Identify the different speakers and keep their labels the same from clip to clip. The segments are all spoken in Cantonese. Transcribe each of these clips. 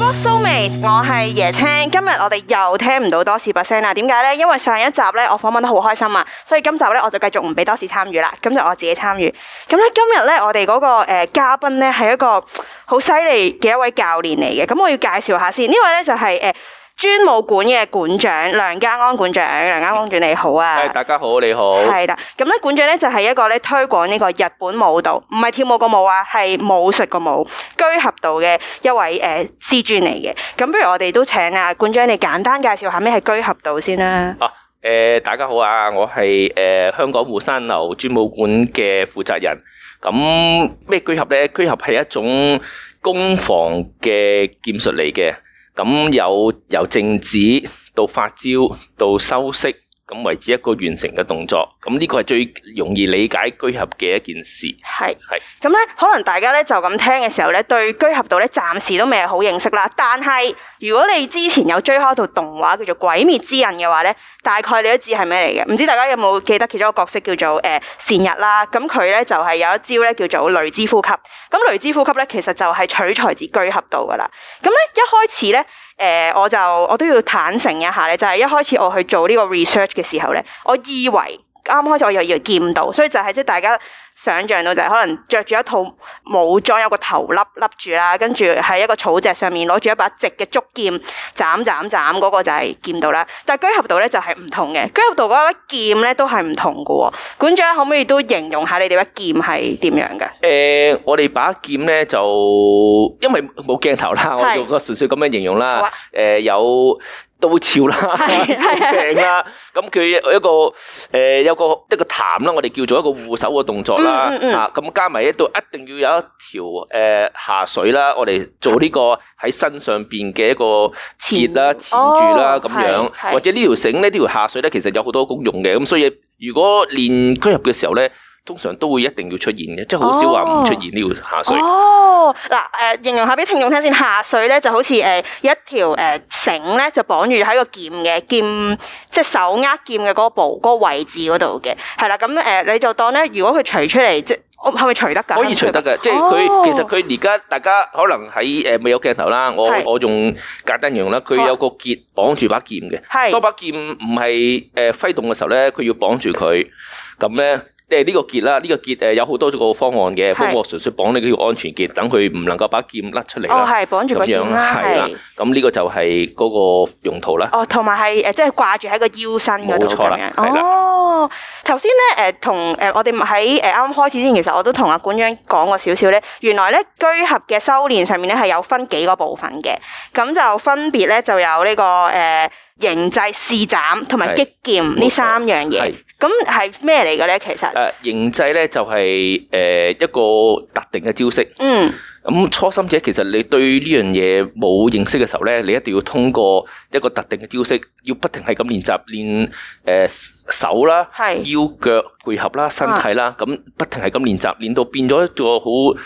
Speaker 1: Hello，Mates，我係椰青。今日我哋又聽唔到多士把聲啦，點解呢？因為上一集呢，我訪問得好開心啊，所以今集呢，我就繼續唔俾多士參與啦，咁就我自己參與。咁呢，今日呢，我哋嗰、個、呃、嘉賓呢，係一個好犀利嘅一位教練嚟嘅。咁我要介紹下先，呢位呢，就係、誒、專武館嘅館長梁家安館長，梁家安館長你好啊！
Speaker 2: 係大家好，你好。
Speaker 1: 係啦，咁咧館長咧就係、一個咧推廣呢個日本舞蹈，唔係跳舞個舞啊，係武術個舞，居合道嘅一位誒、呃師尊嚟嘅。咁不如我哋都請啊館長你簡單介紹下咩係居合道先啦。
Speaker 2: 诶、大家好啊！我係诶、呃香港湖山樓專武館嘅負責人。咁咩居合咧？居合係一種攻防嘅劍術嚟嘅。咁有由靜止到發招到收息，咁為之一個完成嘅動作。咁呢個係最容易理解居合嘅一件事。
Speaker 1: 係
Speaker 2: 係
Speaker 1: 咁咧，可能大家咧就咁聽嘅時候咧，對居合道咧暫時都未係好認識啦。但係如果你之前有追開一套動畫叫做《鬼滅之刃》嘅話咧，大概你都知係咩嚟嘅。唔知大家有冇記得其中一個角色叫做誒、呃善日啦？咁佢咧就係、有一招咧叫做雷之呼吸。咁雷之呼吸咧其實就係取材自居合道噶啦。咁咧一開始咧。誒、呃我就我都要坦誠一下咧，就係、一開始我去做呢個 research 嘅時候咧，我以為啱開始我又以為劍道，所以就係即係大家想像到就係可能着住一套武裝，有個頭笠笠住啦，跟住喺一個草席上面攞住一把直嘅竹劍斬斬斬嗰個就係劍道啦。但係居合道咧就係唔同嘅，居合道嗰把劍咧都係唔同嘅喎。館長可唔可以都形容下你哋把劍係點樣嘅？
Speaker 2: 诶、我哋把劍咧就因為冇鏡頭啦，我
Speaker 1: 係
Speaker 2: 用個純粹咁樣形容
Speaker 1: 好
Speaker 2: 啦
Speaker 1: 啊。
Speaker 2: 诶、有刀鞘啦，
Speaker 1: 係
Speaker 2: 有柄啦，咁佢一個诶、有個一個痰啦，我哋叫做一個護手嘅動作啦。
Speaker 1: 嗯嗯嗯
Speaker 2: 啊，咁加埋一度一定要有一條诶、下水啦，我哋做呢個喺身上邊嘅一個結啦、纏
Speaker 1: 纏哦
Speaker 2: 住啦咁樣，
Speaker 1: 係係
Speaker 2: 或者呢條繩咧、呢條下水咧，其實有好多功用嘅。咁所以如果練居入嘅時候咧。通常都會一定要出現嘅，即係好少話唔出現呢條下水。
Speaker 1: 哦，嗱，誒、形容下俾聽眾聽先，下水咧就好似誒、一條誒、繩咧就綁住喺個劍嘅劍，即係手握劍嘅嗰部嗰、個位置嗰度嘅，係啦，咁誒、你就當咧，如果佢除出嚟，即我係咪除得㗎？
Speaker 2: 可以除得嘅，即係
Speaker 1: 哦
Speaker 2: 佢其實佢而家大家可能喺誒未有鏡頭啦，我
Speaker 1: 係
Speaker 2: 我用簡單形容啦，佢
Speaker 1: 好啊
Speaker 2: 有個結綁住把劍嘅，
Speaker 1: 係
Speaker 2: 當把劍唔係誒揮動嘅時候咧，佢要綁住佢，咁咧。誒呢個結啦，呢、個結誒有好多個方案嘅，
Speaker 1: 係
Speaker 2: 不過純粹綁呢個叫安全結，等佢唔能夠把劍甩出嚟
Speaker 1: 哦，
Speaker 2: 啦。
Speaker 1: 係綁住個
Speaker 2: 咁樣
Speaker 1: 劍啦，
Speaker 2: 係啦
Speaker 1: 係。，
Speaker 2: 咁呢個就係嗰個用途啦。
Speaker 1: 哦，同埋係誒，即係掛住喺個腰身嗰度
Speaker 2: 冇
Speaker 1: 咁
Speaker 2: 錯啦
Speaker 1: 樣。
Speaker 2: 係啦
Speaker 1: 哦，頭先咧誒，同誒我哋喺誒啱啱開始之前，其實我都同阿館長講過少少咧。原來咧居合嘅修練上面咧係有分幾個部分嘅，咁就分別咧就有呢、個呃誒形制、試斬同埋
Speaker 2: 係
Speaker 1: 擊劍呢
Speaker 2: 冇錯
Speaker 1: 三樣嘢
Speaker 2: 係。
Speaker 1: 咁係咩嚟嘅咧？其實，
Speaker 2: 誒呃形制咧就係、誒一個特定嘅招式。
Speaker 1: 嗯，
Speaker 2: 咁初心者其實你對呢樣嘢冇認識嘅時候咧，你一定要通過一個特定嘅招式，要不停係咁練習，練誒、呃手啦、
Speaker 1: 係啊
Speaker 2: 腰腳配合啦、身體啦，咁、不停係咁練習，練到變咗一個好誒、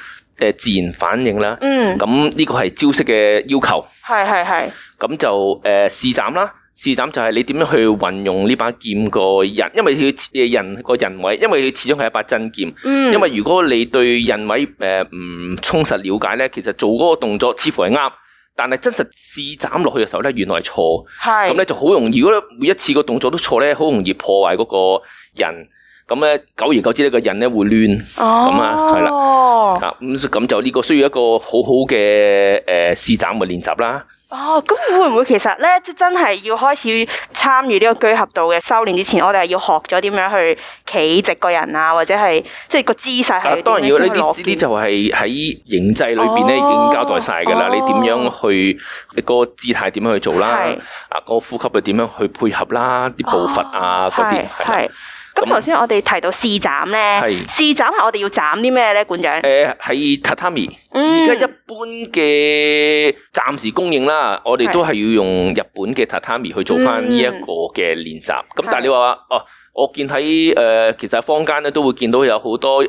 Speaker 2: 呃自然反應啦。
Speaker 1: 嗯，
Speaker 2: 咁呢個係招式嘅要求，
Speaker 1: 係係係，
Speaker 2: 咁就誒、呃、試斬啦。試斬就係你點樣去運用呢把劍個人，因為佢呃人個人位，因為佢始終係一把真劍。
Speaker 1: 嗯，
Speaker 2: 因為如果你對人位誒唔充實了解咧，其實做嗰個動作似乎係啱，但係真實試斬落去嘅時候咧，原來係錯，
Speaker 1: 係
Speaker 2: 咁咧就好容易。如果每一次個動作都錯咧，好容易破壞嗰個人，咁咧久而久之呢個人咧會亂咁啊係啦
Speaker 1: 哦。
Speaker 2: 啊，咁所以咁就呢個需要一個好好嘅誒試斬嘅練習啦。
Speaker 1: 哦，咁會唔會其實咧，即真係要開始參與呢個居合道嘅修練之前，我哋係要學咗點樣去企直個人啊，或者係即係個姿勢
Speaker 2: 啊
Speaker 1: 係，
Speaker 2: 當然要呢
Speaker 1: 點樣先去
Speaker 2: 啲
Speaker 1: 攞
Speaker 2: 呢
Speaker 1: 劍
Speaker 2: 啲就係喺形制裏邊咧已
Speaker 1: 哦
Speaker 2: 經交代晒㗎啦，你點
Speaker 1: 哦
Speaker 2: 樣去個姿態點樣去做啦
Speaker 1: 係，
Speaker 2: 啊個呼吸又點樣去配合啦，啲步伐啊嗰啲
Speaker 1: 係
Speaker 2: 係啦。
Speaker 1: 係。咁
Speaker 2: 咁啊
Speaker 1: 頭先我哋提到試斬咧，
Speaker 2: 係
Speaker 1: 試斬係我哋要斬啲咩咧，館長？
Speaker 2: 誒喺榻榻米，
Speaker 1: 嗯
Speaker 2: 呃而家一般嘅暫時供應啦，我
Speaker 1: 嗯
Speaker 2: 哋都係要用日本嘅榻榻米去做翻呢一個嘅練習。咁但係你話哦我見喺誒、呃其實喺坊間咧都會見到有好多誒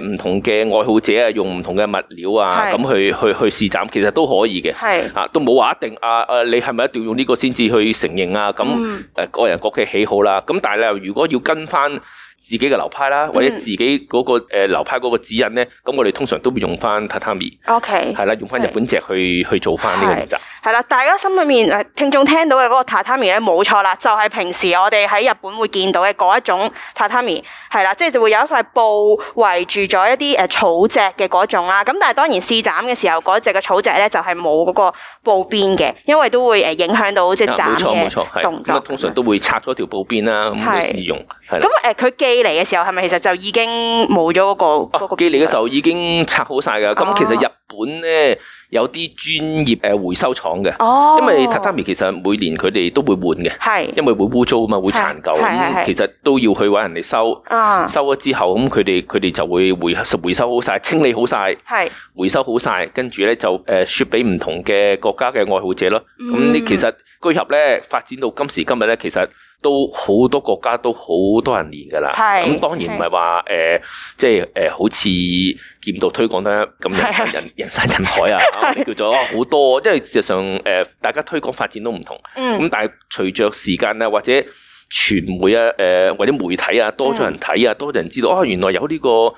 Speaker 2: 唔、同嘅愛好者啊，用唔同嘅物料啊，
Speaker 1: 係
Speaker 2: 咁去去去試斬，其實都可以嘅。
Speaker 1: 係
Speaker 2: 啊，都冇話一定啊！誒，你係咪一定要用呢個先至去承認啊？咁
Speaker 1: 嗯
Speaker 2: 誒個人各嘅喜好啦。咁但係你又如果要跟翻自己嘅流派
Speaker 1: 嗯
Speaker 2: 啦，或者自己嗰個誒流派嗰個指引咧，咁我哋通常都會用翻榻榻米，
Speaker 1: ，OK，
Speaker 2: 係啦，用翻日本席去去做翻呢個
Speaker 1: 嗯係
Speaker 2: 練習。
Speaker 1: 係啦，大家心裏面誒聽眾聽到嘅嗰個榻榻米咧，冇錯啦，就係、平時我哋喺日本會見到嘅嗰一種榻榻米，係啦，即係就會有一塊布圍住咗一啲誒呃草席嘅嗰種啦。咁但係當然試斬嘅時候，嗰只嘅草席咧就係冇嗰個布邊嘅，因為都會誒影響到即係斬
Speaker 2: 冇錯啊冇
Speaker 1: 嘅
Speaker 2: 錯，係
Speaker 1: 動
Speaker 2: 咁啊
Speaker 1: 作。，
Speaker 2: 通常都會拆咗條布邊啦，咁
Speaker 1: 係
Speaker 2: 先至用係啦。
Speaker 1: 咁誒，呃佢寄嚟嘅時候係咪其實就已經冇咗嗰個
Speaker 2: 啊
Speaker 1: 嗰、個哦
Speaker 2: 寄嚟嘅時候已經拆好晒㗎。咁其實日本咧有啲專業誒回收廠嘅，
Speaker 1: 哦，
Speaker 2: 因為榻榻米其實每年佢哋都會換嘅。
Speaker 1: 係
Speaker 2: 因為會污糟啊嘛，會殘舊，
Speaker 1: 係係係
Speaker 2: 咁其實都要去揾人哋收。
Speaker 1: 啊，
Speaker 2: 收咗之後，咁佢哋佢哋就會回回收好晒，清理好晒，
Speaker 1: 係
Speaker 2: 回收好晒，跟住咧就誒輸俾唔同嘅國家嘅愛好者咯。咁
Speaker 1: 嗯
Speaker 2: 呢、其實居合咧發展到今時今日咧，其實都好多國家都好多人練噶啦。
Speaker 1: 係
Speaker 2: 咁當然唔係話誒，即係誒、呃好似劍道推廣得咁人山人人山人海啊，我哋叫做啊好多，因為事實上誒、呃大家推廣發展都唔同。
Speaker 1: 嗯
Speaker 2: 咁但係隨着時間啊，或者傳媒啊，誒、或者媒體啊，多咗人睇啊，
Speaker 1: 嗯
Speaker 2: 多咗人知道啊，原來有呢個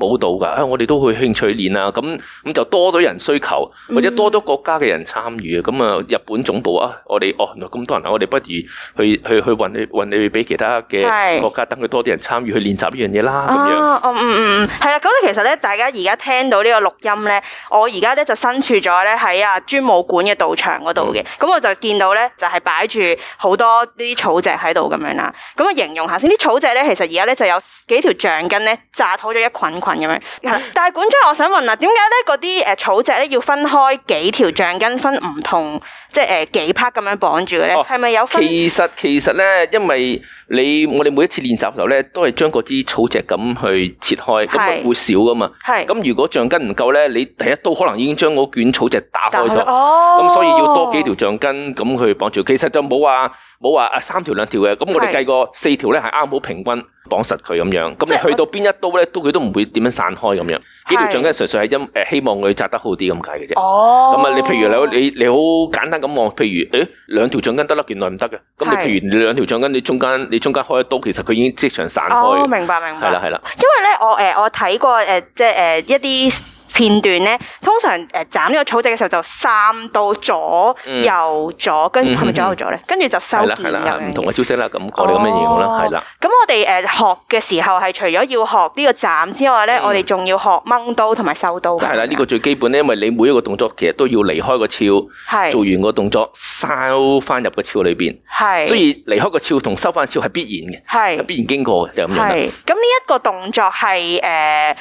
Speaker 2: 舞蹈㗎，啊，我哋都會興趣練啊，咁咁就多咗人需求，
Speaker 1: 嗯
Speaker 2: 或者多咗國家嘅人參與啊，咁啊，日本總部啊，我哋哦，原來咁多人啊，我哋不如去去去運你運你去俾其他
Speaker 1: 係
Speaker 2: 嘅國家，等佢多啲人參與去練習呢樣嘢啦，咁樣。
Speaker 1: 哦，嗯嗯嗯，係啦。咁咧，其實咧，大家而家聽到呢個錄音咧，我而家咧就身處咗咧喺啊專武館嘅道場嗰
Speaker 2: 嗯
Speaker 1: 度嘅。咁、我就見到咧，就係擺住好多呢啲草席喺度咁樣啦。咁啊，形容下先，啲草席咧，其實而家咧就有幾條橡筋咧紮好咗一捆捆咁樣。係啦但係館長，我想問啦，點解咧嗰啲誒呃草席咧要分開幾條橡筋，分唔同即係誒、呃、幾 part 咁樣綁住嘅咧？
Speaker 2: 哦
Speaker 1: 係咪、有分？
Speaker 2: 其實其實咧，因為你我哋每一次練習嘅時候咧，都係將嗰支草席咁去切開，咁
Speaker 1: 係
Speaker 2: 咪會少噶嘛。
Speaker 1: 係
Speaker 2: 咁如果橡筋唔夠咧，你第一刀可能已經將嗰卷草席打開咗，咁、
Speaker 1: 哦，
Speaker 2: 所以要多幾條橡筋咁去綁住。其實就冇話冇話啊三條兩條嘅，咁我
Speaker 1: 係
Speaker 2: 哋計過四條咧係啱好平均綁實佢咁樣。咁
Speaker 1: 即係
Speaker 2: 你去到邊一刀咧，都佢都唔會點樣散開咁樣。幾條
Speaker 1: 係
Speaker 2: 橡筋純粹係因誒希望佢紮得好啲咁解嘅啫。
Speaker 1: 哦。
Speaker 2: 咁啊，你譬如你你你好簡單咁望，譬如誒兩條橡筋得啦，原來唔得嘅。咁
Speaker 1: 係
Speaker 2: 你譬如你兩條橡筋，你中間你中間開一刀，其實佢已經即場散
Speaker 1: 哦，
Speaker 2: 開。
Speaker 1: 明白明白。
Speaker 2: 係啦係啦，
Speaker 1: 因為咧，我誒、呃我睇過誒、呃即係誒、呃一啲片段咧，通常誒、呃、斬呢個草席嘅時候就三刀左
Speaker 2: 嗯
Speaker 1: 右左，跟
Speaker 2: 嗯
Speaker 1: 係咪
Speaker 2: 嗯
Speaker 1: 左右左咧？跟住就收
Speaker 2: 係啦
Speaker 1: 劍
Speaker 2: 係
Speaker 1: 咁
Speaker 2: 啦，唔
Speaker 1: 樣
Speaker 2: 同
Speaker 1: 嘅。
Speaker 2: 嘅招式啦，咁我哋咁樣形容啦，
Speaker 1: 哦
Speaker 2: 係啦。
Speaker 1: 咁我哋誒、呃學嘅時候係除咗要學呢個斬之外咧，
Speaker 2: 嗯
Speaker 1: 我哋仲要學掹刀同埋收刀㗎。
Speaker 2: 係啦，呢個最基本咧，因為你每一個動作其實都要離開個鞘，
Speaker 1: 係
Speaker 2: 做完個動作收翻入個鞘裏邊，
Speaker 1: 係，
Speaker 2: 所以離開個鞘同收翻鞘係必然嘅，係
Speaker 1: 係
Speaker 2: 必然經過嘅，就係咁樣啊啦。
Speaker 1: 係。咁呢一個動作係誒、呃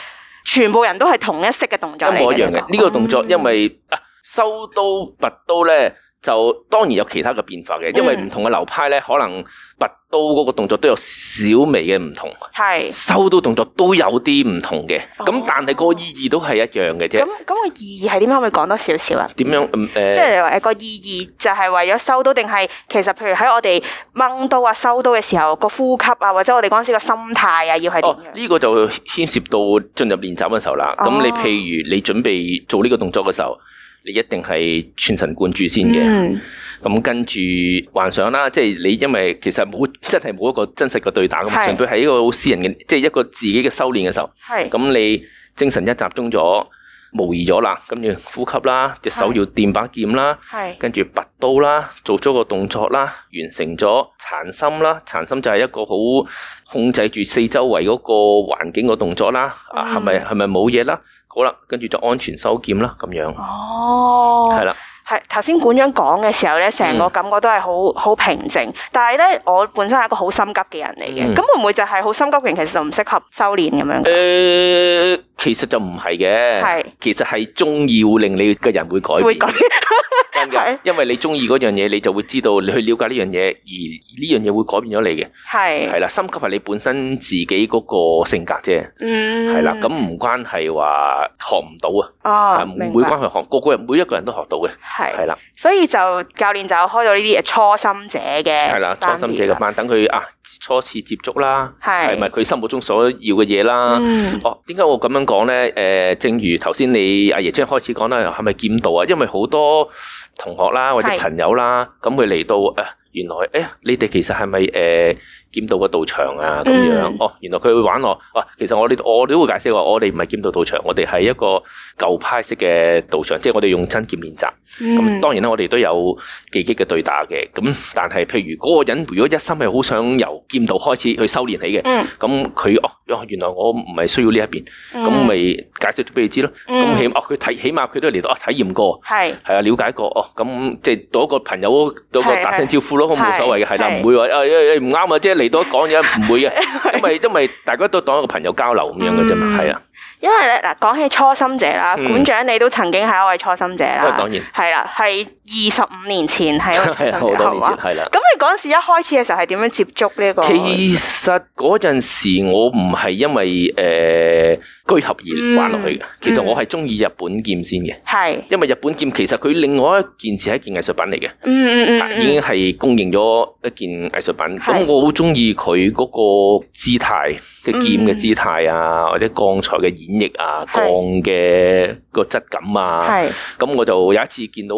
Speaker 1: 全部人都係同一式嘅動作嚟
Speaker 2: 一模一樣
Speaker 1: 呢
Speaker 2: 嘅
Speaker 1: 個
Speaker 2: 呢個動作，
Speaker 1: 嗯
Speaker 2: 因為啊收刀拔刀咧，就當然有其他嘅變化嘅，因為
Speaker 1: 嗯
Speaker 2: 唔同嘅流派咧，可能拔刀嗰個動作都有小微嘅唔同，
Speaker 1: 嗯係。
Speaker 2: 收刀動作都有啲唔同嘅，咁、
Speaker 1: 哦
Speaker 2: 但係個意義都係一樣嘅啫
Speaker 1: 咁。咁個意義係點樣？可唔可以講多少少啊？
Speaker 2: 點樣嗯誒？
Speaker 1: 即係你話誒個意義就係為咗收刀，定係其實譬如喺我哋掹刀啊、收刀嘅時候個呼吸啊，或者我哋嗰陣時個心態啊，要係
Speaker 2: 哦，
Speaker 1: 點樣？
Speaker 2: 呢、個就牽涉到進入練習嘅時候啦。咁、
Speaker 1: 哦
Speaker 2: 你譬如你準備做呢個動作嘅時候，你一定係全神貫注先嘅。
Speaker 1: 嗯，
Speaker 2: 咁跟住幻想啦，即係你因為其實冇真係冇一個真實嘅對打，咁
Speaker 1: 係
Speaker 2: 純粹係一個好私人嘅，即係一個自己嘅修練嘅時候，
Speaker 1: 係
Speaker 2: 咁你精神一集中咗，模擬咗啦，跟住呼吸啦，隻手
Speaker 1: 係
Speaker 2: 要掂把劍啦，
Speaker 1: 係
Speaker 2: 跟住拔刀啦，做咗個動作啦，完成咗殘心啦，殘心就係一個好控制住四周圍嗰個環境個動作啦，啊係咪
Speaker 1: 嗯
Speaker 2: 係咪冇嘢啦？好啦，跟住就安全收劍啦，咁樣
Speaker 1: 哦，
Speaker 2: 係啦。
Speaker 1: 係頭先館長講嘅時候咧，成個感覺都係好好平靜。但係咧，我本身係一個好心急嘅人嚟嘅，
Speaker 2: 嗯
Speaker 1: 咁會唔會就係好心急嘅人其實就唔適合修練咁樣？
Speaker 2: 诶、其實就唔
Speaker 1: 係
Speaker 2: 係嘅，其實係中意會令你嘅人會改
Speaker 1: 會
Speaker 2: 變，
Speaker 1: 咁
Speaker 2: 真
Speaker 1: 係
Speaker 2: 嘅，因為你中意嗰樣嘢，你就會知道你去了解呢樣嘢，而呢樣嘢會改變咗你嘅，
Speaker 1: 係
Speaker 2: 係啦，心急係你本身自己嗰個性格啫，
Speaker 1: 嗯
Speaker 2: 係啦，咁唔關係話學唔到啊，
Speaker 1: 哦
Speaker 2: 唔
Speaker 1: 明
Speaker 2: 啊會
Speaker 1: 白
Speaker 2: 關係學，個個人每一個人都學到嘅，
Speaker 1: 係
Speaker 2: 係啦，
Speaker 1: 所以就教練就開咗呢啲初心者嘅
Speaker 2: 係啦，初
Speaker 1: 班
Speaker 2: 心
Speaker 1: 別
Speaker 2: 者
Speaker 1: 啦
Speaker 2: 嘅班，等佢啊初次接觸啦，
Speaker 1: 係
Speaker 2: 係咪佢心目中所要嘅嘢啦？
Speaker 1: 嗯
Speaker 2: 哦，點解我咁樣講咧？誒、正如頭先你阿爺姐開始講啦，係咪劍道啊？因為好多同學啦或者
Speaker 1: 係
Speaker 2: 朋友啦，咁佢嚟到誒、啊原來誒、哎呀你哋其實係咪誒劍道嘅道場啊？咁樣、
Speaker 1: 嗯
Speaker 2: 哦，原來佢會玩我。哇、其實我哋我都會解釋話，我哋唔係劍道道場，我哋係一個舊派式嘅道場，即係我哋用真劍練習。咁
Speaker 1: 嗯
Speaker 2: 當然啦，我哋都有技擊嘅對打嘅。咁但係譬如嗰個人如果一心係好想由劍道開始去修練起嘅，
Speaker 1: 嗯
Speaker 2: 咁佢哦哦原來我唔係需要呢一邊，咁
Speaker 1: 嗯
Speaker 2: 咪解釋咗俾你知咯。咁起哦佢睇起碼佢都嚟到哦體驗過。
Speaker 1: 係
Speaker 2: 係啊，了解過哦，咁即係到一個朋友，到一個
Speaker 1: 係
Speaker 2: 打聲招呼咯，咁冇
Speaker 1: 係
Speaker 2: 所謂嘅，係啦，
Speaker 1: 係
Speaker 2: 唔會話啊誒誒唔啱啊，即係嚟到講嘢 唔會嘅，因為因為大家都當一個朋友交流咁樣嘅啫嘛，
Speaker 1: 嗯
Speaker 2: 係啊，
Speaker 1: 因為咧嗱，講起初心者啦，
Speaker 2: 嗯
Speaker 1: 館長你都曾經係一位初心者
Speaker 2: 因為
Speaker 1: 啦，
Speaker 2: 當然
Speaker 1: 係啦，係二十五年前係一 位初心
Speaker 2: 係
Speaker 1: 者，
Speaker 2: 啊好多
Speaker 1: 係
Speaker 2: 年前
Speaker 1: 嘛
Speaker 2: 係啦。
Speaker 1: 啊咁你嗰陣時一開始嘅時候係點樣接觸呢個？
Speaker 2: 其實嗰陣時我唔係因為誒、呃、居合而玩落去
Speaker 1: 嗯
Speaker 2: 嘅，其實我係中意日本劍先嘅，
Speaker 1: 係，
Speaker 2: 因為日本劍其實佢另外一件事係一件藝術品嚟嘅，啊
Speaker 1: 嗯嗯嗯
Speaker 2: 已
Speaker 1: 嗯
Speaker 2: 經係公認咗一件藝術品。
Speaker 1: 係
Speaker 2: 咁我好中意佢嗰個姿態嘅劍嘅姿態啊，或者鋼材嘅演繹啊，
Speaker 1: 嗯係
Speaker 2: 鋼嘅個質感
Speaker 1: 嗯，
Speaker 2: 啊。
Speaker 1: 係
Speaker 2: 咁我就有一次見到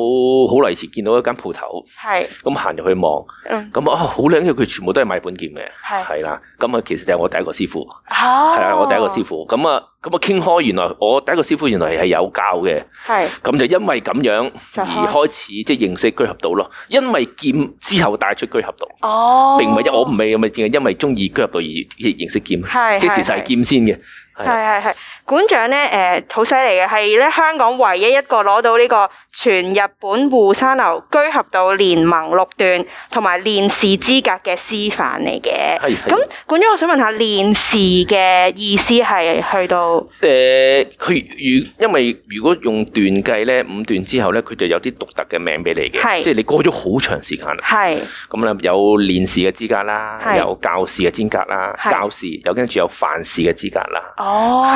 Speaker 2: 好耐以前見到一間鋪頭，
Speaker 1: 係，
Speaker 2: 咁行入去望，
Speaker 1: 嗯
Speaker 2: 咁啊好靚，因為佢全部都係賣本劍嘅。
Speaker 1: 係，哦
Speaker 2: 係啦，咁啊，其實就係我第一個師傅，
Speaker 1: 嚇
Speaker 2: 係啊，我第一
Speaker 1: 哦
Speaker 2: 個師傅，咁啊，咁啊，傾開，原來我第一個師傅原來係有教嘅，
Speaker 1: 係
Speaker 2: 咁就因為咁樣
Speaker 1: 就開
Speaker 2: 而開始即係認識居合道咯，因為劍之後帶出居合道，
Speaker 1: 哦，
Speaker 2: 並唔係因我唔係咪淨係因為中意居合道而而認識劍，啊
Speaker 1: 係
Speaker 2: 即係其實係劍先嘅，
Speaker 1: 係
Speaker 2: 係啊
Speaker 1: 係係，館長咧誒好犀利嘅，係咧香港唯一一個攞到呢個全日本護山流居合道聯盟六段同埋練士資格嘅師範嚟嘅。
Speaker 2: 係係
Speaker 1: 咁館長，我想問下練士嘅意思係去到
Speaker 2: 誒，佢如因為如果用段計咧，五段之後咧，佢就有啲獨特嘅名俾你
Speaker 1: 係
Speaker 2: 嘅，即係你過咗好長時間啦。
Speaker 1: 係
Speaker 2: 咁啦，有練士嘅資格啦，
Speaker 1: 係
Speaker 2: 有教士嘅資格啦，
Speaker 1: 係
Speaker 2: 教士又跟住有范士嘅資格啦，
Speaker 1: 哦，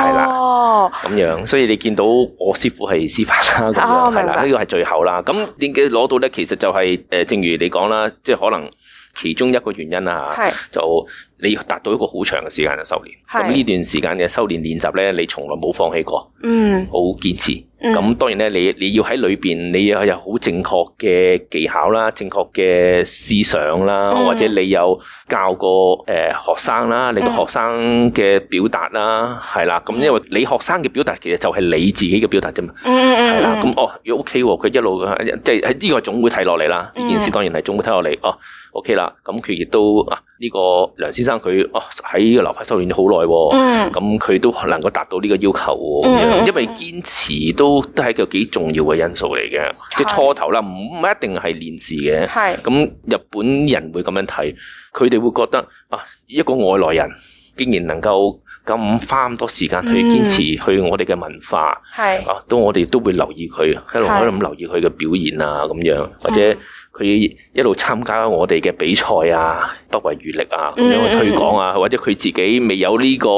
Speaker 2: 係咁樣，所以你見到我師傅係師範啦，咁
Speaker 1: 嗯哦
Speaker 2: 樣係
Speaker 1: 明
Speaker 2: 啦，
Speaker 1: 白
Speaker 2: 呢個係最後啦。咁點解攞到咧？其實就係、誒、正如你講啦，即係可能其中一個原因啦嚇
Speaker 1: 係
Speaker 2: 就你要達到一個好長嘅時間嘅修練。
Speaker 1: 係
Speaker 2: 咁呢段時間嘅修練練習咧，你從來冇放棄過，
Speaker 1: 嗯
Speaker 2: 好堅持。
Speaker 1: 嗯
Speaker 2: 咁當然咧，你你要喺裏邊，你有有好正確嘅技巧啦，正確嘅思想啦，
Speaker 1: 嗯
Speaker 2: 或者你有教過誒、呃、學生啦，你個
Speaker 1: 嗯
Speaker 2: 學生嘅表達啦，係啦，咁因為你學生嘅表達其實就係你自己嘅表達啫嘛，
Speaker 1: 嗯嗯
Speaker 2: 係啦，
Speaker 1: 嗯嗯
Speaker 2: 咁哦，O K 喎，佢一路即係喺呢個總會睇落嚟啦，呢件
Speaker 1: 嗯
Speaker 2: 事當然係總會睇落嚟，哦，O K 啦，咁佢亦都啊呢個梁先生佢哦喺個流派修練咗好耐喎。
Speaker 1: 嗯
Speaker 2: 咁佢都能夠達到呢個要求喎，咁
Speaker 1: 嗯嗯
Speaker 2: 樣
Speaker 1: 嗯
Speaker 2: 因為堅持都都係一個幾重要嘅因素嚟嘅，即係初頭啦，唔唔一定係練字嘅。
Speaker 1: 係
Speaker 2: 咁日本人會咁樣睇，佢哋會覺得啊，一個外來人竟然能夠咁花咁多時間
Speaker 1: 嗯
Speaker 2: 去堅持去我哋嘅文化
Speaker 1: 係
Speaker 2: 啊，都我哋都會留意佢，一路
Speaker 1: 係
Speaker 2: 喺度咁留意佢嘅表現啊，咁樣或者
Speaker 1: 嗯
Speaker 2: 佢一路參加我哋嘅比賽啊，不遺餘力啊，咁
Speaker 1: 嗯
Speaker 2: 樣
Speaker 1: 嗯
Speaker 2: 去推廣啊，或者佢自己未有呢個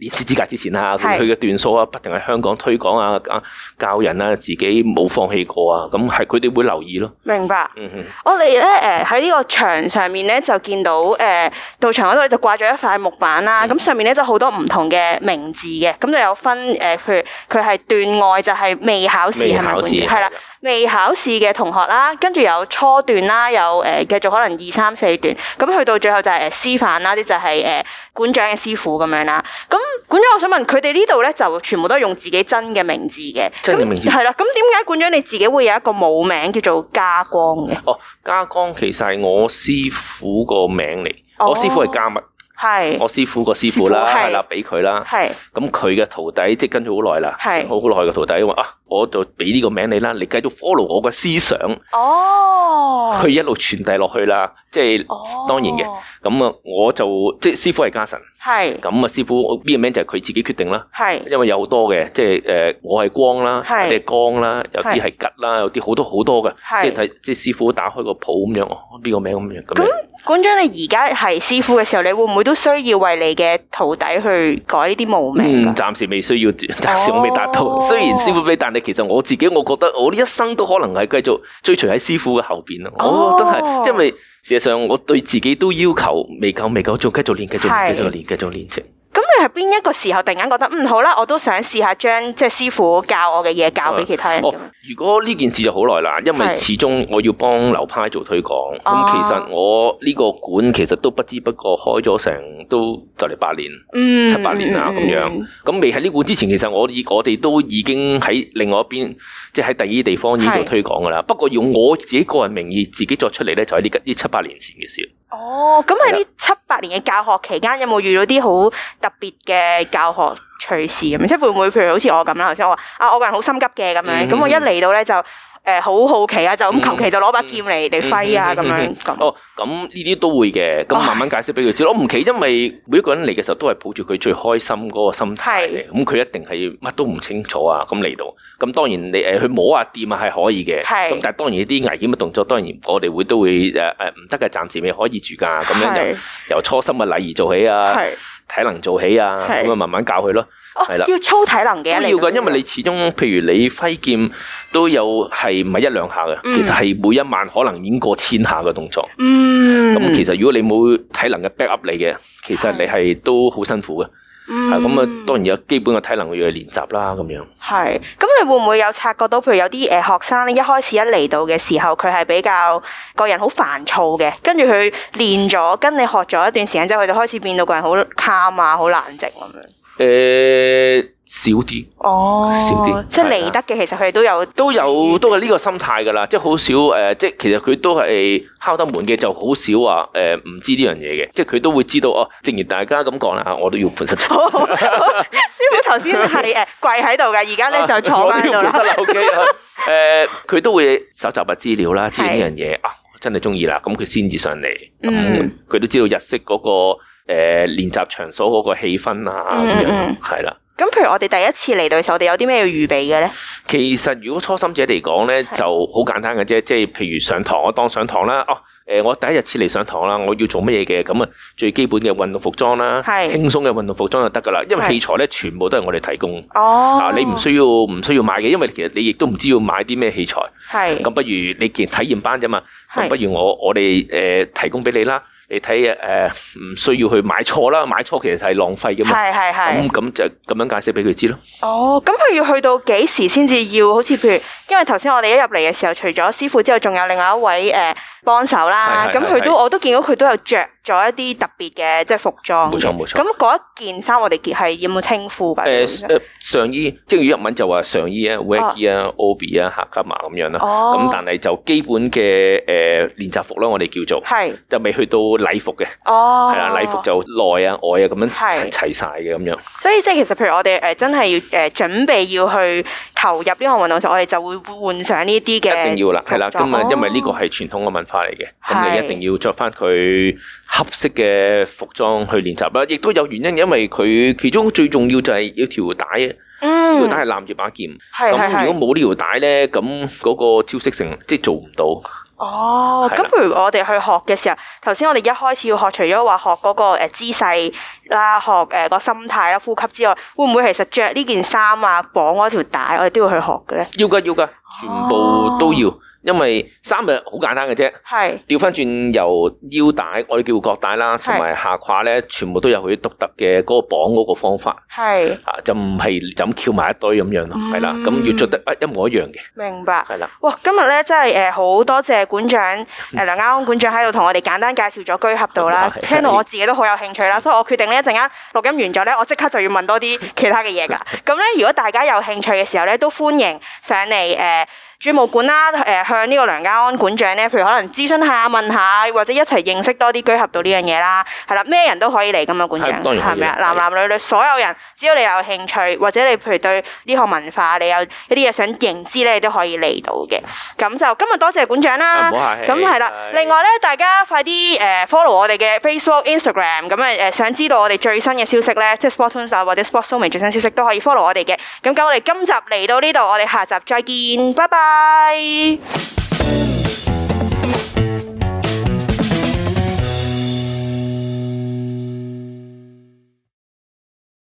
Speaker 2: 練師資格之前啊，
Speaker 1: 係
Speaker 2: 佢佢嘅段數啊，不停喺香港推廣啊，啊教人啊，自己冇放棄過啊，咁係佢哋會留意咯。
Speaker 1: 明白。
Speaker 2: 嗯哼，
Speaker 1: 我哋咧誒喺呢個牆上面咧就見到誒、呃道場嗰度就掛咗一塊木板啦，
Speaker 2: 嗯
Speaker 1: 咁、上面咧就好多唔同嘅名字嘅，咁就有分誒、呃譬如佢係段外就係未考試係
Speaker 2: 未
Speaker 1: 咪
Speaker 2: 考
Speaker 1: 管
Speaker 2: 試
Speaker 1: 住？係啦，未考試嘅同學啦，跟住有初段啦，有誒、呃、繼續可能二三四段，咁去到最後就係誒師範啦，啲就係、誒、呃、館長嘅師傅咁樣啦。咁館長，我想問佢哋呢度咧就全部都係用自己真嘅名字嘅，
Speaker 2: 真嘅名字
Speaker 1: 咁係啦。咁點解館長你自己會有一個冇名叫做家光嘅？
Speaker 2: 哦，家光其實係我師傅個名嚟，
Speaker 1: 哦
Speaker 2: 我師傅係家物，
Speaker 1: 係
Speaker 2: 我師傅個師傅
Speaker 1: 師傅
Speaker 2: 啦，
Speaker 1: 係
Speaker 2: 係啦，俾佢啦。
Speaker 1: 係
Speaker 2: 咁佢嘅徒弟即係跟佢好耐啦，
Speaker 1: 係
Speaker 2: 好好耐嘅徒弟話啊，我就俾呢個名你啦，你繼續 follow 我嘅思想，
Speaker 1: 哦
Speaker 2: 佢，一路傳遞落去啦。即係
Speaker 1: 哦
Speaker 2: 當然嘅，咁啊，我就即係師傅係家臣，
Speaker 1: 係
Speaker 2: 咁啊師傅邊個名就係佢自己決定啦。
Speaker 1: 係
Speaker 2: 因為有好多嘅，即係誒、呃我係光啦，
Speaker 1: 係
Speaker 2: 有啲係光啦，有啲
Speaker 1: 係
Speaker 2: 係吉啦，有啲好多好多嘅，
Speaker 1: 係
Speaker 2: 即係睇即係師傅打開個譜咁樣，哦邊個名咁樣咁
Speaker 1: 咁
Speaker 2: 樣。
Speaker 1: 館長，你而家係師傅嘅時候，你會唔會都需要為你嘅徒弟去改呢啲無名㗎？
Speaker 2: 嗯，暫時未需要，暫時我未達到。
Speaker 1: 哦
Speaker 2: 雖然師傅俾，但你咧，其實我自己我覺得我呢一生都可能係繼續追隨喺師傅嘅後邊咯。
Speaker 1: 哦
Speaker 2: 我真係，因為事實上我對自己都要求未夠，未夠，仲繼續練，繼續
Speaker 1: 係
Speaker 2: 練，繼續練，繼續練啫。
Speaker 1: 咁你係邊一個時候突然間覺得嗯好啦，我都想試下將即係師傅教我嘅嘢教俾其他人咁
Speaker 2: 哦，如果呢件事就好耐啦，因為
Speaker 1: 係
Speaker 2: 始終我要幫流派做推廣。咁、
Speaker 1: 哦
Speaker 2: 其實我呢個館其實都不知不覺開咗成都就嚟八年。
Speaker 1: 嗯，
Speaker 2: 哦七八年啦咁樣
Speaker 1: 嗯嗯嗯
Speaker 2: 咁未喺呢館之前，其實我已我哋都已經喺另外一邊，即係喺第二啲地方已經做
Speaker 1: 係
Speaker 2: 推廣噶啦。不過用我自己個人名義自己作出嚟咧，就係呢呢七八年前嘅事。
Speaker 1: 哦，咁喺呢七八年嘅教學期間，有冇遇到啲好特別嘅教學趣事咁？即係會唔會譬如好似我咁啦，頭先我話啊，我個人好心急嘅咁樣，
Speaker 2: 嗯
Speaker 1: 咁、我一嚟到咧就誒好、好奇啊，就咁求其就攞把劍嚟嚟揮啊
Speaker 2: 嗯
Speaker 1: 咁
Speaker 2: 嗯嗯
Speaker 1: 樣
Speaker 2: 嗯
Speaker 1: 咁。
Speaker 2: 哦，咁呢啲都會嘅，咁
Speaker 1: 哦
Speaker 2: 慢慢解釋俾佢知咯。我唔奇，因為每一個人嚟嘅時候都係抱住佢最開心嗰個心態嚟，咁佢一定係乜都唔清楚啊。咁嚟到，咁當然你誒去摸下掂啊係可以嘅，
Speaker 1: 係
Speaker 2: 咁但係當然呢啲危險嘅動作，當然我哋會都會誒誒唔得嘅，暫時未可以住㗎。咁樣由
Speaker 1: 係
Speaker 2: 由初心嘅禮儀做起啊。
Speaker 1: 係
Speaker 2: 體能做起啊，
Speaker 1: 係
Speaker 2: 咁啊慢慢教佢咯，
Speaker 1: 哦
Speaker 2: 係啦，
Speaker 1: 要操體能
Speaker 2: 都
Speaker 1: 嘅
Speaker 2: 要㗎，因為你始終譬如你揮劍都有係唔係一兩下嘅，
Speaker 1: 嗯
Speaker 2: 其實係每一晚可能已經過千下嘅動作。
Speaker 1: 你嗯
Speaker 2: 咁、其實如果你冇體能嘅 back up 你嘅，其實你係都好辛苦嘅。啊
Speaker 1: 咁
Speaker 2: 咁啊，當然有基本嘅體能要去練習啦，咁樣。
Speaker 1: 係，咁你會唔會有察覺到，譬如有啲誒、呃、學生咧，一開始一嚟到嘅時候，佢係比較個人好煩躁嘅，跟住佢練咗，跟你學咗一段時間之後，佢就開始變到個人好 calm 啊，好冷靜咁樣。
Speaker 2: 誒、呃少啲
Speaker 1: 哦
Speaker 2: 少啲
Speaker 1: 即係
Speaker 2: 係
Speaker 1: 嚟
Speaker 2: 啦
Speaker 1: 得嘅，其實佢哋都有
Speaker 2: 都
Speaker 1: 嗯
Speaker 2: 有都係呢個心態㗎啦，即係好少誒、呃即係其實佢都係敲得門嘅，就好少話誒唔知呢樣嘢嘅，即係佢都會知道哦。正如大家咁講啦，啊我都要盤膝坐。
Speaker 1: 好好好師傅頭先係誒跪喺度嘅，而
Speaker 2: 啊
Speaker 1: 家咧就坐翻喺度啦。
Speaker 2: O K 啊， 誒，佢都會搜集下資料啦，知道呢樣嘢啊，我真係中意啦，咁佢先至上嚟。咁
Speaker 1: 嗯
Speaker 2: 佢都知道日式嗰個誒練習場所嗰個氣氛啊，
Speaker 1: 嗯
Speaker 2: 咁
Speaker 1: 嗯
Speaker 2: 樣係啦。
Speaker 1: 咁譬如我哋第一次嚟到嘅時候，我哋有啲咩要預備嘅咧？
Speaker 2: 其實如果初心者嚟講咧，
Speaker 1: 係
Speaker 2: 就好簡單嘅啫，即係譬如上堂，我當上堂啦，哦，誒，我第一日次嚟上堂啦，我要做乜嘢嘅？咁啊，最基本嘅運動服裝啦，
Speaker 1: 係
Speaker 2: 輕鬆嘅運動服裝就得噶啦，因為
Speaker 1: 係
Speaker 2: 器材咧全部都係我哋提供。
Speaker 1: 哦
Speaker 2: 啊！你唔需要唔需要買嘅，因為其實你亦都唔知要買啲咩器材。
Speaker 1: 係
Speaker 2: 咁不如你件體驗班啫嘛，
Speaker 1: 係
Speaker 2: 咁不如我我哋誒、呃提供俾你啦，你睇誒唔需要去買錯啦，買錯其實係浪費嘅嘛。
Speaker 1: 係係係
Speaker 2: 咁。咁就咁樣解釋俾佢知咯。
Speaker 1: 哦，咁佢要去到幾時先至要？好似譬如，因為頭先我哋一入嚟嘅時候，除咗師傅之後，仲有另外一位誒、呃、幫手啦。
Speaker 2: 係係
Speaker 1: 咁佢都
Speaker 2: 係
Speaker 1: 我都見到佢都有着咗一啲特別嘅即係服裝嘅。
Speaker 2: 冇錯冇錯
Speaker 1: 咁嗰一件衫我哋結係有冇稱呼㗎？
Speaker 2: 誒、呃上衣，即係日文就話上衣啊 w a g i 啊、obi 啊、hakama 咁樣啦。
Speaker 1: 哦
Speaker 2: 咁但係就基本嘅誒、呃、練習服啦，我哋叫做
Speaker 1: 係
Speaker 2: 就未去到禮服嘅，
Speaker 1: 哦，
Speaker 2: 係啦、禮服就內啊外啊咁樣
Speaker 1: 係
Speaker 2: 齊晒嘅咁樣。
Speaker 1: 所以即係其實譬如我哋誒、呃真係要誒、呃、準備要去投入呢項運動嘅時候，我哋就會換上呢啲嘅
Speaker 2: 一定要啦，係啦，
Speaker 1: 服裝
Speaker 2: 咁啊，因為呢個
Speaker 1: 哦
Speaker 2: 係傳統嘅文化嚟嘅，
Speaker 1: 係
Speaker 2: 咁你一定要着翻佢合適嘅服裝去練習啦。亦都有原因，因為佢其中最重要就係要條帶啊，條
Speaker 1: 嗯
Speaker 2: 帶係攬住把劍。
Speaker 1: 係係
Speaker 2: 咁
Speaker 1: 係
Speaker 2: 如。果冇呢條帶咧，咁嗰個招式成即係做唔到。
Speaker 1: 哦，
Speaker 2: 係
Speaker 1: 咁
Speaker 2: 啦
Speaker 1: 譬如我哋去學嘅時候，頭先我哋一開始要學，除咗話學嗰個誒姿勢啦，學誒個心態啦、呼吸之外，會唔會其實着呢件衫啊、綁嗰條帶，我哋都要去學嘅咧？
Speaker 2: 要噶要噶，全
Speaker 1: 哦
Speaker 2: 部都要，因為三日好簡單嘅啫。
Speaker 1: 係
Speaker 2: 調翻轉由腰帶，我哋叫角帶啦，
Speaker 1: 係
Speaker 2: 同埋下胯咧，全部都有佢獨特嘅嗰個綁嗰個方法。
Speaker 1: 係，
Speaker 2: 啊，就唔係就咁翹埋一堆咁樣咯，係啦、
Speaker 1: 嗯
Speaker 2: 咁要着得啊一一模一樣嘅，
Speaker 1: 明白。嗯
Speaker 2: 係啦，
Speaker 1: 哇！今日咧真係誒好多謝館長呃誒梁家安館長喺度同我哋簡單介紹咗居合道 啦，
Speaker 2: 係
Speaker 1: 聽到我自己都好有興趣啦，所以我決定呢一陣間錄音完咗咧，我即刻就要問多啲其他嘅嘢㗎。咁咧，如果大家有興趣嘅時候咧，都歡迎上嚟誒。呃主務館啦，誒、向呢個梁家安館長咧，譬如可能諮詢下、問下，或者一齊認識多啲居合道呢樣嘢啦，係啦，咩人都可以嚟噶嘛，館長
Speaker 2: 係當然可以
Speaker 1: 係咪啊？
Speaker 2: 係
Speaker 1: 男男女女所有人，只要你有興趣，或者你譬如對呢項文化你有一啲嘢想認知咧，你都可以嚟到嘅。咁就今日多謝館長啦。
Speaker 2: 啊唔好客氣。
Speaker 1: 咁係啦，另外咧，大家快啲誒 follow 我哋嘅 Facebook、Instagram，咁啊誒想知道我哋最新嘅消息咧，即係 Sportunes 啊或者 Sports s o m i 最新消息都可以 follow 我哋嘅。咁咁，我哋今集嚟到呢度，我哋下集再見，拜拜。